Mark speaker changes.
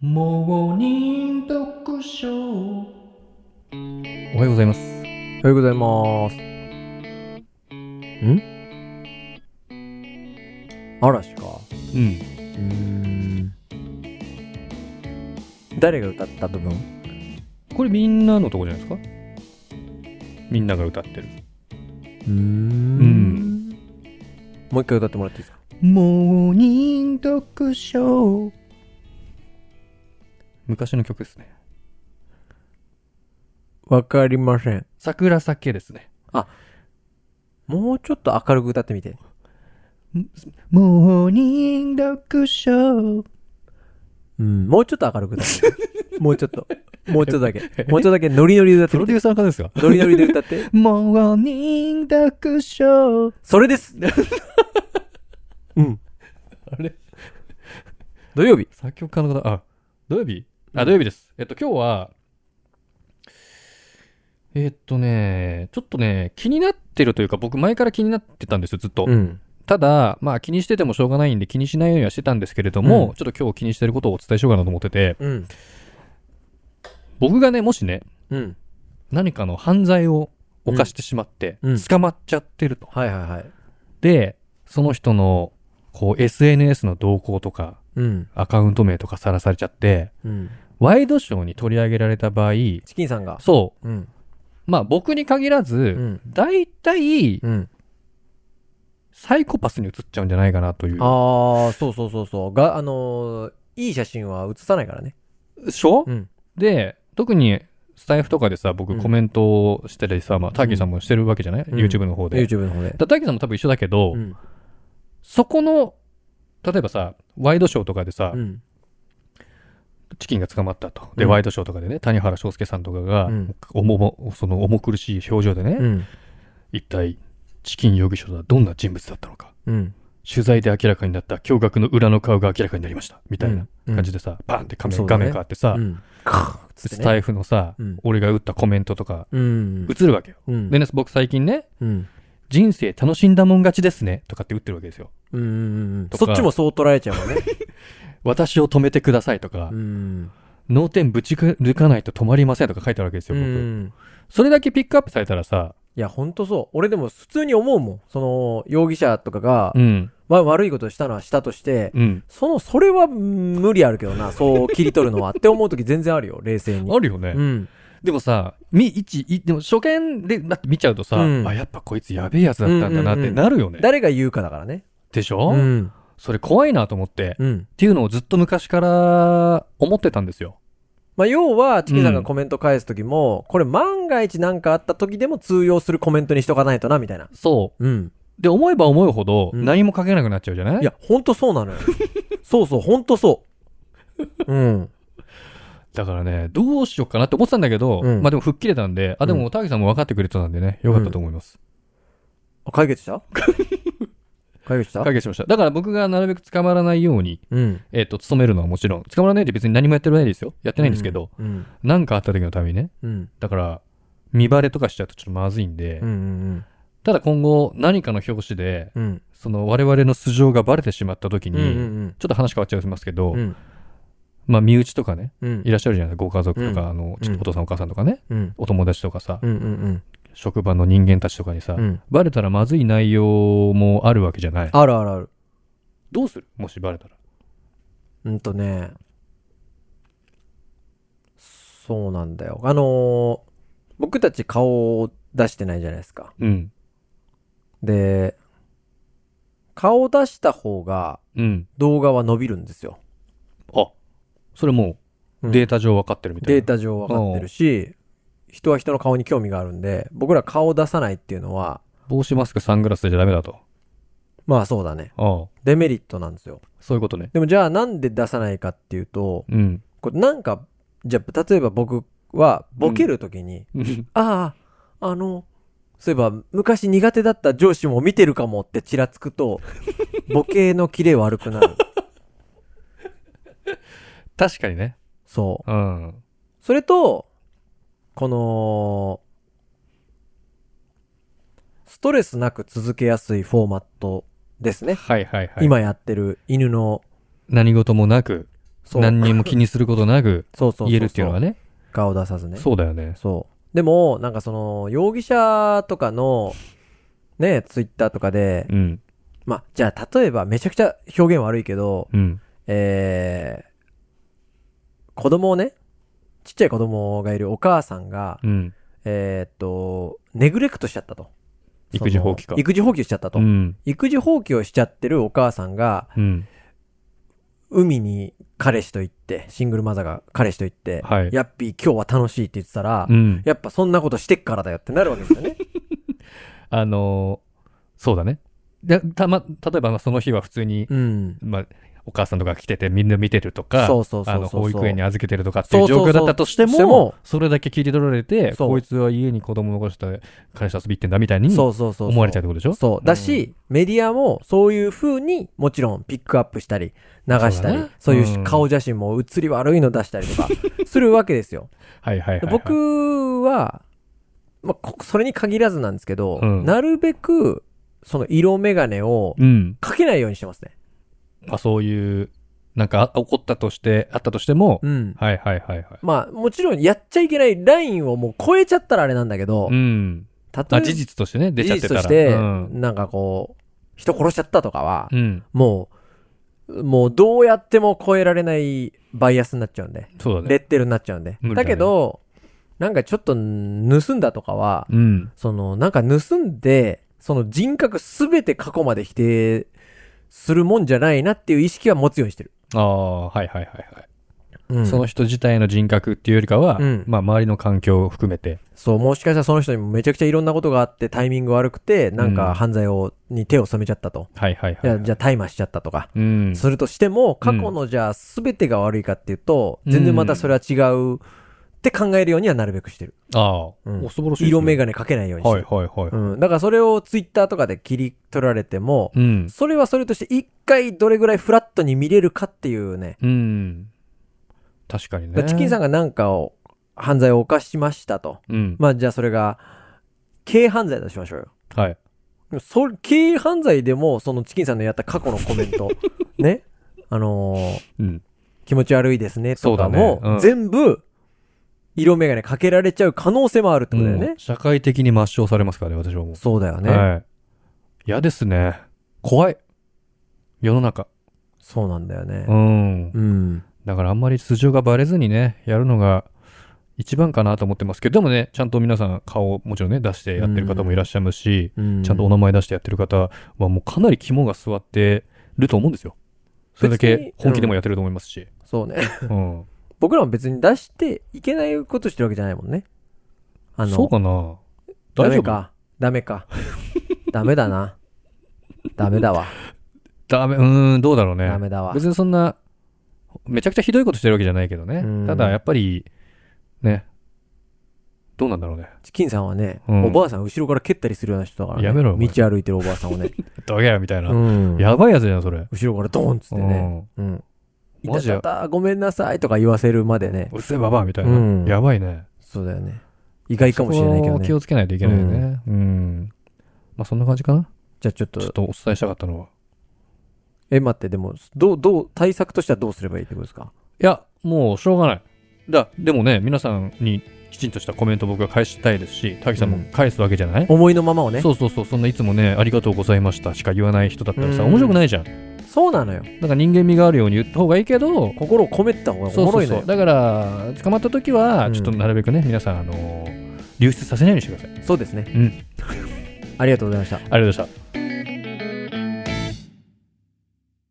Speaker 1: モーニング読書
Speaker 2: おはようございます。
Speaker 3: おはようございます。ん嵐か。
Speaker 2: うん。
Speaker 3: うーん。誰が歌った部分
Speaker 2: これみんなのとこじゃないですかみんなが歌ってる。
Speaker 3: うーん。もう一回歌ってもらっていいですか
Speaker 1: モーニング読書
Speaker 2: 昔の曲ですね。
Speaker 3: わかりません。
Speaker 2: 桜酒ですね。
Speaker 3: もうちょっと明るく歌ってみて。
Speaker 1: モーニング読書
Speaker 3: うん。もうちょっと明るく歌って。もうちょっと。もうちょっとだけ。もうちょっとだけノリノリで歌って
Speaker 2: プロ
Speaker 3: み
Speaker 2: デ ュ
Speaker 3: て。
Speaker 2: ーサーの方ですか
Speaker 3: ノリノリで歌って。
Speaker 1: モーニング読書
Speaker 3: それですうん。
Speaker 2: あれ
Speaker 3: 土曜日。
Speaker 2: 作曲家の方、あ、土曜日あ、土曜日です。えっと、今日は、えっとね、ちょっとね、気になってるというか、僕前から気になってたんですよ、ずっと。
Speaker 3: ん。
Speaker 2: ただ、まあ気にしててもしょうがないんで気にしないようにはしてたんですけれども、
Speaker 3: うん
Speaker 2: ちょっと今日気にしてることをお伝えしようかなと思ってて、
Speaker 3: うん。
Speaker 2: 僕がね、もしね、
Speaker 3: うん。
Speaker 2: 何かの犯罪を犯してしまって
Speaker 3: うんうん、
Speaker 2: 捕まっちゃってると。
Speaker 3: はいはいはい。
Speaker 2: で、その人の、こう、SNS の動向とか、
Speaker 3: うん。
Speaker 2: アカウント名とかさらされちゃって、
Speaker 3: うん。
Speaker 2: ワイドショーに取り上げられた場合、
Speaker 3: チキンさんが。
Speaker 2: そ
Speaker 3: うん。
Speaker 2: う、まあ僕に限ら
Speaker 3: う
Speaker 2: ず、
Speaker 3: ん。
Speaker 2: 大体、
Speaker 3: うん。
Speaker 2: サイコパスに映っちゃうんじゃないかなという。
Speaker 3: ああ、そうそうそうそう。が、あのーいい写真は写さないからね。
Speaker 2: でしょ
Speaker 3: うん。
Speaker 2: で、特に、スタイフとかでさ、僕
Speaker 3: うん
Speaker 2: コメントをしたりさ、まあ、ターキーさんもしてるわけじゃない、
Speaker 3: うん
Speaker 2: ?YouTube の方で。
Speaker 3: YouTube の方で。
Speaker 2: だターキーさんも多分一緒だけど、
Speaker 3: うん。
Speaker 2: そこの、例えばさ、ワイドショーとかでさ、
Speaker 3: うん。
Speaker 2: チキンが捕まったと。で、
Speaker 3: うん
Speaker 2: ワイドショーとかでね、谷原章介さんとかが、
Speaker 3: うん
Speaker 2: 重も、その重苦しい表情でね、
Speaker 3: うん。
Speaker 2: 一体、チキン容疑者とはどんな人物だったのか。
Speaker 3: うん。
Speaker 2: 取材で明らかになった驚愕の裏の顔が明らかになりました。みたいな
Speaker 3: うん
Speaker 2: 感じでさ、バンって画面,、
Speaker 3: そう
Speaker 2: 画
Speaker 3: だね
Speaker 2: 面変わってさ、
Speaker 3: うん。カーッつって
Speaker 2: ス
Speaker 3: ね
Speaker 2: タイフのさ、
Speaker 3: うん
Speaker 2: 俺が打ったコメントとか、
Speaker 3: うん。
Speaker 2: 映るわけよ。
Speaker 3: うん。
Speaker 2: でね、僕最近ね、
Speaker 3: うん。
Speaker 2: 人生楽しんだもん勝ちですね、とかって打ってるわけですよ。
Speaker 3: うんうん。
Speaker 2: とか
Speaker 3: そっちもそう捉えちゃうもん ね。
Speaker 2: 私を止めてくださいとか
Speaker 3: う、ん。
Speaker 2: 脳天ぶち抜かないと止まりませんとか書いてあるわけです
Speaker 3: う
Speaker 2: よ、僕。
Speaker 3: ん。
Speaker 2: それだけピックアップされたらさ、
Speaker 3: いや、ほんとそう。俺でも普通に思うもん。その、容疑者とかが、
Speaker 2: うん、
Speaker 3: わ悪いことしたのはしたとして、
Speaker 2: うん。
Speaker 3: その、それはうん無理あるけどな、そう切り取るのは。って思うとき全然あるよ、冷静に。
Speaker 2: あるよね。
Speaker 3: うん。
Speaker 2: でもさ、み、一、いでも初見で、だって見ちゃうとさ、
Speaker 3: うん
Speaker 2: あ、やっぱこいつやべえやつだったんだなっ
Speaker 3: うんうん
Speaker 2: て
Speaker 3: うん
Speaker 2: なるよね。
Speaker 3: 誰が言うかだからね。
Speaker 2: でしょ、
Speaker 3: うん。
Speaker 2: それ怖いなと思って、っ
Speaker 3: うん。
Speaker 2: ていうのをずっと昔から思ってたんですよ。
Speaker 3: まあ、要は、チキンさんがコメント返すときも、これ万が一なんかあったときでも通用するコメントにしとかないとな、みたいな。
Speaker 2: そ
Speaker 3: うん。
Speaker 2: う。で、思えば思うほど、
Speaker 3: うん
Speaker 2: 何も書けなくなっちゃうじゃない、
Speaker 3: いや、ほんとそうなのよ。 そうそう、ほんとそう。うん。
Speaker 2: だからね、どうしようかなって思ってたんだけど、
Speaker 3: うん
Speaker 2: まあでも吹っ切れたんで、あ、で
Speaker 3: う
Speaker 2: も、ターゲさんも分かってくれてたんでね、よかったと思います。
Speaker 3: あ解決した 解決した
Speaker 2: 解決しました。だから僕がなるべく捕まらないように、
Speaker 3: うん。
Speaker 2: えっ、と、勤めるのはもちろん、捕まらないで別に何もやってないですよ。やってないんですけど、
Speaker 3: うん。
Speaker 2: なんかあった時のためにね。
Speaker 3: うん。
Speaker 2: だから、見バレとかしちゃうとちょっとまずいんで、
Speaker 3: うん。うん。
Speaker 2: ただ今後、何かの表紙で、
Speaker 3: うん。うん。
Speaker 2: その我々の素性がバレてしまった時
Speaker 3: うん。
Speaker 2: に、
Speaker 3: うん。
Speaker 2: ちょっと話変わっちゃいますけど、
Speaker 3: うん。
Speaker 2: まあ身内とかね、
Speaker 3: うん
Speaker 2: い。らっしゃるじゃないですか、ご家族とか、
Speaker 3: うん
Speaker 2: あの、ち
Speaker 3: うん
Speaker 2: お父さんお母さんとかね、
Speaker 3: うん。
Speaker 2: お友達とかさ、
Speaker 3: うん。うん。
Speaker 2: 職場の人間たちとかにさ、
Speaker 3: うん。
Speaker 2: バレたらまずい内容もあるわけじゃない。
Speaker 3: あるあるある。
Speaker 2: どうするもしバレたら。
Speaker 3: うんとね、そうなんだよ。あのー僕たち顔を出してないじゃないですか。
Speaker 2: うん。
Speaker 3: で、顔出した方が
Speaker 2: うん。
Speaker 3: 動画は伸びるんですよ。
Speaker 2: あ、それも
Speaker 3: うん
Speaker 2: うデータ上分かってるみたいな。
Speaker 3: データ上わかってるし、人は人の顔に興味があるんで、僕ら顔出さないっていうのは、
Speaker 2: 帽子マスクサングラスじゃダメだと。
Speaker 3: まあそうだね。
Speaker 2: ああ。
Speaker 3: デメリットなんですよ。
Speaker 2: そういうことね。
Speaker 3: でもじゃあなんで出さないかっていうと、
Speaker 2: うん。
Speaker 3: これなんか、じゃあ例えば僕はボケるときに、ああ、あの、そういえば昔苦手だった上司も見てるかもってちらつく と、ボケのキレ悪くなる。
Speaker 2: 確かにね。
Speaker 3: そ
Speaker 2: うん。
Speaker 3: う。それと、この、ストレスなく続けやすいフォーマットですね。
Speaker 2: はいはいはい。、
Speaker 3: 今やってる犬の、
Speaker 2: 何事もなく、
Speaker 3: そう。
Speaker 2: 何にも気にすることなく
Speaker 3: そうそうそうそう
Speaker 2: 言えるっていうのはね。
Speaker 3: 顔出さずね。
Speaker 2: そうだよね。
Speaker 3: そう。でも、なんかその、容疑者とかの、ね、ツイッターとかで、
Speaker 2: うん。
Speaker 3: まあ、じゃあ、例えば、めちゃくちゃ表現悪いけど、
Speaker 2: うん。
Speaker 3: えー、子供をね、ちっちゃい子供がいるお母さんが、
Speaker 2: うん。
Speaker 3: えーっと、ネグレクトしちゃったと。
Speaker 2: 育児放棄か
Speaker 3: その育児放棄をしちゃったと。
Speaker 2: うん。
Speaker 3: 育児放棄をしちゃってるお母さんが、
Speaker 2: うん。
Speaker 3: 海に彼氏と行って、シングルマザーが彼氏と行って、
Speaker 2: はい
Speaker 3: やっぴー今日は楽しいって言ってたら、
Speaker 2: うん。
Speaker 3: やっぱそんなことしてっからだよってなるわけです よね。
Speaker 2: あのーそうだね。で、たま、例えばまあその日は普通に、
Speaker 3: うん。
Speaker 2: まあ、お母さんとか来ててみんな見てるとか、
Speaker 3: そうそうそうそう
Speaker 2: あの、保育園に預けてるとかっていう状況だったとしても、
Speaker 3: そうそうそうしても
Speaker 2: それだけ切り取られて、
Speaker 3: そう
Speaker 2: こいつは家に子供残して彼氏と遊び行ってんだみたいに
Speaker 3: そうそうそう。
Speaker 2: 思われちゃうっ
Speaker 3: う。
Speaker 2: てことでしょ
Speaker 3: そう。だし、メディアもそういう風にもちろんピックアップしたり、流したり、
Speaker 2: そう
Speaker 3: そう
Speaker 2: だね
Speaker 3: いう顔写真も写り悪いの出したりと か、するわけですよ。
Speaker 2: はいはいはい、
Speaker 3: で
Speaker 2: はい。
Speaker 3: 僕は、まあ、こそれに限らずなんですけど、
Speaker 2: うん
Speaker 3: なるべく、その色眼鏡を
Speaker 2: うん。
Speaker 3: かけないようにしてますね。
Speaker 2: まあ、そういう、なんか、あ起こったとして、あったとしても、
Speaker 3: うん。
Speaker 2: はいはいはいはい。
Speaker 3: まあ、もちろんやっちゃいけないラインをもう超えちゃったらあれなんだけど、
Speaker 2: うん。
Speaker 3: 例えば
Speaker 2: あ、事実としてね、出ちゃってたら。
Speaker 3: 事実として、
Speaker 2: うん。
Speaker 3: なんかこう、人殺しちゃったとかは、
Speaker 2: うん。
Speaker 3: もう、もうどうやっても超えられないバイアスになっちゃうんで、
Speaker 2: そうだ
Speaker 3: レ
Speaker 2: ね。
Speaker 3: ッテルになっちゃうんで。
Speaker 2: 無理だ
Speaker 3: だ
Speaker 2: ね
Speaker 3: けど、なんかちょっと盗んだとかは、
Speaker 2: うん。
Speaker 3: その、なんか盗んで、その人格すべて過去まで否定するもんじゃないなっていう意識は持つようにしてる。
Speaker 2: ああ、はいはいはいはい、
Speaker 3: うん、
Speaker 2: その人自体の人格っていうよりかは、
Speaker 3: うん
Speaker 2: まあ、周りの環境を含めて。
Speaker 3: そう、もしかしたらその人にもめちゃくちゃいろんなことがあってタイミング悪くて、なん
Speaker 2: うん
Speaker 3: か犯罪を、に手を染めちゃったと。
Speaker 2: はいはい
Speaker 3: い
Speaker 2: は
Speaker 3: や
Speaker 2: い。
Speaker 3: じゃあ大麻しちゃったとか。
Speaker 2: うん。
Speaker 3: するとしても、
Speaker 2: う
Speaker 3: 過
Speaker 2: ん
Speaker 3: 去のじゃあ全てが悪いかっていうと、
Speaker 2: うん
Speaker 3: 全然またそれは違うって考えるようにはなるべくしてる。
Speaker 2: ああ、
Speaker 3: うん
Speaker 2: お素晴らしいですね、
Speaker 3: 色眼鏡かけないようにして
Speaker 2: はい
Speaker 3: る。
Speaker 2: はいはい。
Speaker 3: うん。だからそれをツイッターとかで切り取られても、
Speaker 2: うん。
Speaker 3: それはそれとして一回どれぐらいフラットに見れるかっていうね。
Speaker 2: うん。確かに
Speaker 3: だか
Speaker 2: ね。
Speaker 3: らチキンさん
Speaker 2: ん。
Speaker 3: がなんかを、犯罪を犯しましたと。
Speaker 2: うん。
Speaker 3: まあじゃあそれが、軽犯罪だとしましょうよ。
Speaker 2: はい。
Speaker 3: でもそれ、軽犯罪でも、そのチキンさんのやった過去のコメン ト、ね。あのー
Speaker 2: うん。
Speaker 3: 気持ち悪いですねとか
Speaker 2: そう
Speaker 3: も、
Speaker 2: だねうん
Speaker 3: 全部、色眼鏡かけられちゃう可能性もあるってことだよ
Speaker 2: も
Speaker 3: ね
Speaker 2: う。社会的に抹消されますからね、私はもう。
Speaker 3: そうだよね。
Speaker 2: はい。嫌ですね。怖い。世の中。
Speaker 3: そうなんだよね
Speaker 2: う。ん。
Speaker 3: うん。
Speaker 2: だからあんまり素性がバレずにね、やるのが一番かなと思ってますけど、でもね、ちゃんと皆さん顔をもちろんね、出してやってる方もいらっしゃいますし、
Speaker 3: うん。
Speaker 2: ちゃんとお名前出してやってる方はもうかなり肝が据わってると思うんですよ。それだ
Speaker 3: 別に
Speaker 2: け本気でもやってると思いますし。
Speaker 3: そうね。
Speaker 2: うん。
Speaker 3: 僕らも別に出していけないことしてるわけじゃないもんね。あの、
Speaker 2: そうかな大
Speaker 3: ダ
Speaker 2: 丈
Speaker 3: メ
Speaker 2: 夫
Speaker 3: か。ダ メか。ダメだな。ダメだわ。
Speaker 2: ダメ、うーん、どうだろうね。
Speaker 3: ダメだわ。
Speaker 2: 別にそんな、めちゃくちゃひどいことしてるわけじゃないけど
Speaker 3: うん
Speaker 2: ね。ただやっぱり、ね、どうなんだろうね。
Speaker 3: チキンさんはね、
Speaker 2: うん
Speaker 3: おばあさん後ろから蹴ったりするような人だからね。
Speaker 2: やめろよお
Speaker 3: 道
Speaker 2: 前
Speaker 3: 歩いてるおばあさんを ね。
Speaker 2: どけやみたいな。
Speaker 3: うん。
Speaker 2: やばいやつじゃん、それ。
Speaker 3: 後ろからドーンっつってね。うん。い
Speaker 2: マ
Speaker 3: た
Speaker 2: ジや
Speaker 3: たた、ごめんなさいとか言わせるまでね
Speaker 2: う。っせえばばあみたいな、
Speaker 3: うん
Speaker 2: やばいね
Speaker 3: そうだよね。意外かもしれないけ
Speaker 2: そ
Speaker 3: ど
Speaker 2: こを
Speaker 3: ね。
Speaker 2: 気
Speaker 3: じ
Speaker 2: をつけないといけないよねうん、まあそんな感じかな
Speaker 3: ゃあちょっ
Speaker 2: ちょっ
Speaker 3: と、
Speaker 2: とお伝えしたかったのは
Speaker 3: え、待って、でも、どう、どう、対策としてはどうすればいいってことですか
Speaker 2: いやもうしょうがないだでもね皆さんにきちんとしたコメント僕が返したいですし滝さん
Speaker 3: うん
Speaker 2: も返すわけじゃない、
Speaker 3: 思いのままをね。
Speaker 2: そうそうそうそんないつもねありがとうございましたしか言わない人だったらさ、
Speaker 3: うん
Speaker 2: 面白くないじゃんだ
Speaker 3: そうなのよ。
Speaker 2: から人間味があるように言った方がいいけど
Speaker 3: 心を込めてた方がお
Speaker 2: そう
Speaker 3: も
Speaker 2: そ
Speaker 3: ろ
Speaker 2: う
Speaker 3: いの
Speaker 2: そ
Speaker 3: よ
Speaker 2: う。だから捕まった時は、
Speaker 3: うん
Speaker 2: ちょっとなるべくね皆さんあのー流出させないようにしてください
Speaker 3: そうですね。
Speaker 2: うん
Speaker 3: ありがとうございました。
Speaker 2: ありがとうございました